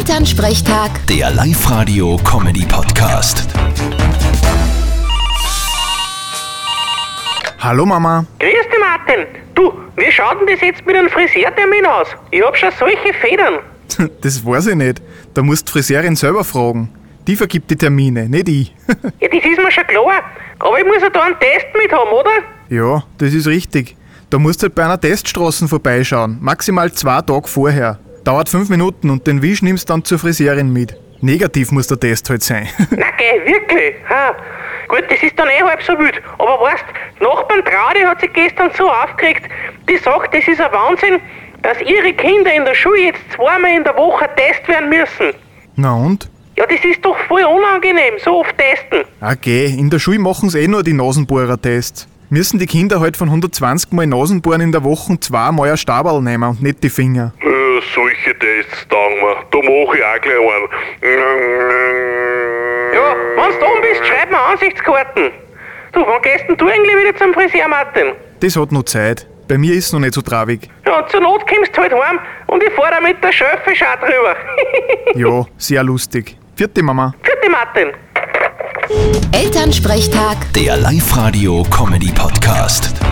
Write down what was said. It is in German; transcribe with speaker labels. Speaker 1: Elternsprechtag,
Speaker 2: Der Live-Radio-Comedy-Podcast.
Speaker 3: Hallo Mama.
Speaker 4: Grüß dich, Martin. Du, wie schaut denn das jetzt mit einem Friseurtermin aus? Ich hab schon solche Federn.
Speaker 3: Das weiß ich nicht. Da musst die Friseurin selber fragen. Die vergibt die Termine, nicht ich.
Speaker 4: Ja, das ist mir schon klar. Aber ich muss ja da einen Test mit haben, oder?
Speaker 3: ja, das ist richtig. Da musst halt bei einer Teststraße vorbeischauen. Maximal zwei Tage vorher. Dauert fünf Minuten und den Wisch nimmst dann zur Friseurin mit. Negativ muss der Test halt sein.
Speaker 4: Na, geh, wirklich. Ha. Gut, das ist dann eh halb so wild. Aber weißt, die Nachbarn Traude hat sich gestern so aufgeregt. Die sagt, das ist ein Wahnsinn, dass ihre Kinder in der Schule jetzt zweimal in der Woche Test werden müssen.
Speaker 3: Na und?
Speaker 4: Ja, das ist doch voll unangenehm, so oft testen.
Speaker 3: Okay, Ah, in der Schule machen's eh nur die Nasenbohrer-Tests. Müssen die Kinder halt von 120 Mal Nasenbohren in der Woche zweimal ein Stabal nehmen und nicht die Finger.
Speaker 5: Äh, solche Tests taugen mir. Da mache ich auch gleich einen.
Speaker 4: Ja, wenn's da oben bist, schreib mir Ansichtskarten. Du, wann gehst denn du eigentlich wieder zum Friseur, Martin?
Speaker 3: Das hat noch Zeit. Bei mir ist's noch nicht so traurig.
Speaker 4: Ja, und zur Not kommst du halt heim und ich fahr da mit der Schöffisch auch drüber.
Speaker 3: Ja, sehr lustig. Vierte Mama.
Speaker 4: Für dich, Martin.
Speaker 1: Elternsprechtag.
Speaker 2: Der Live-Radio-Comedy-Podcast.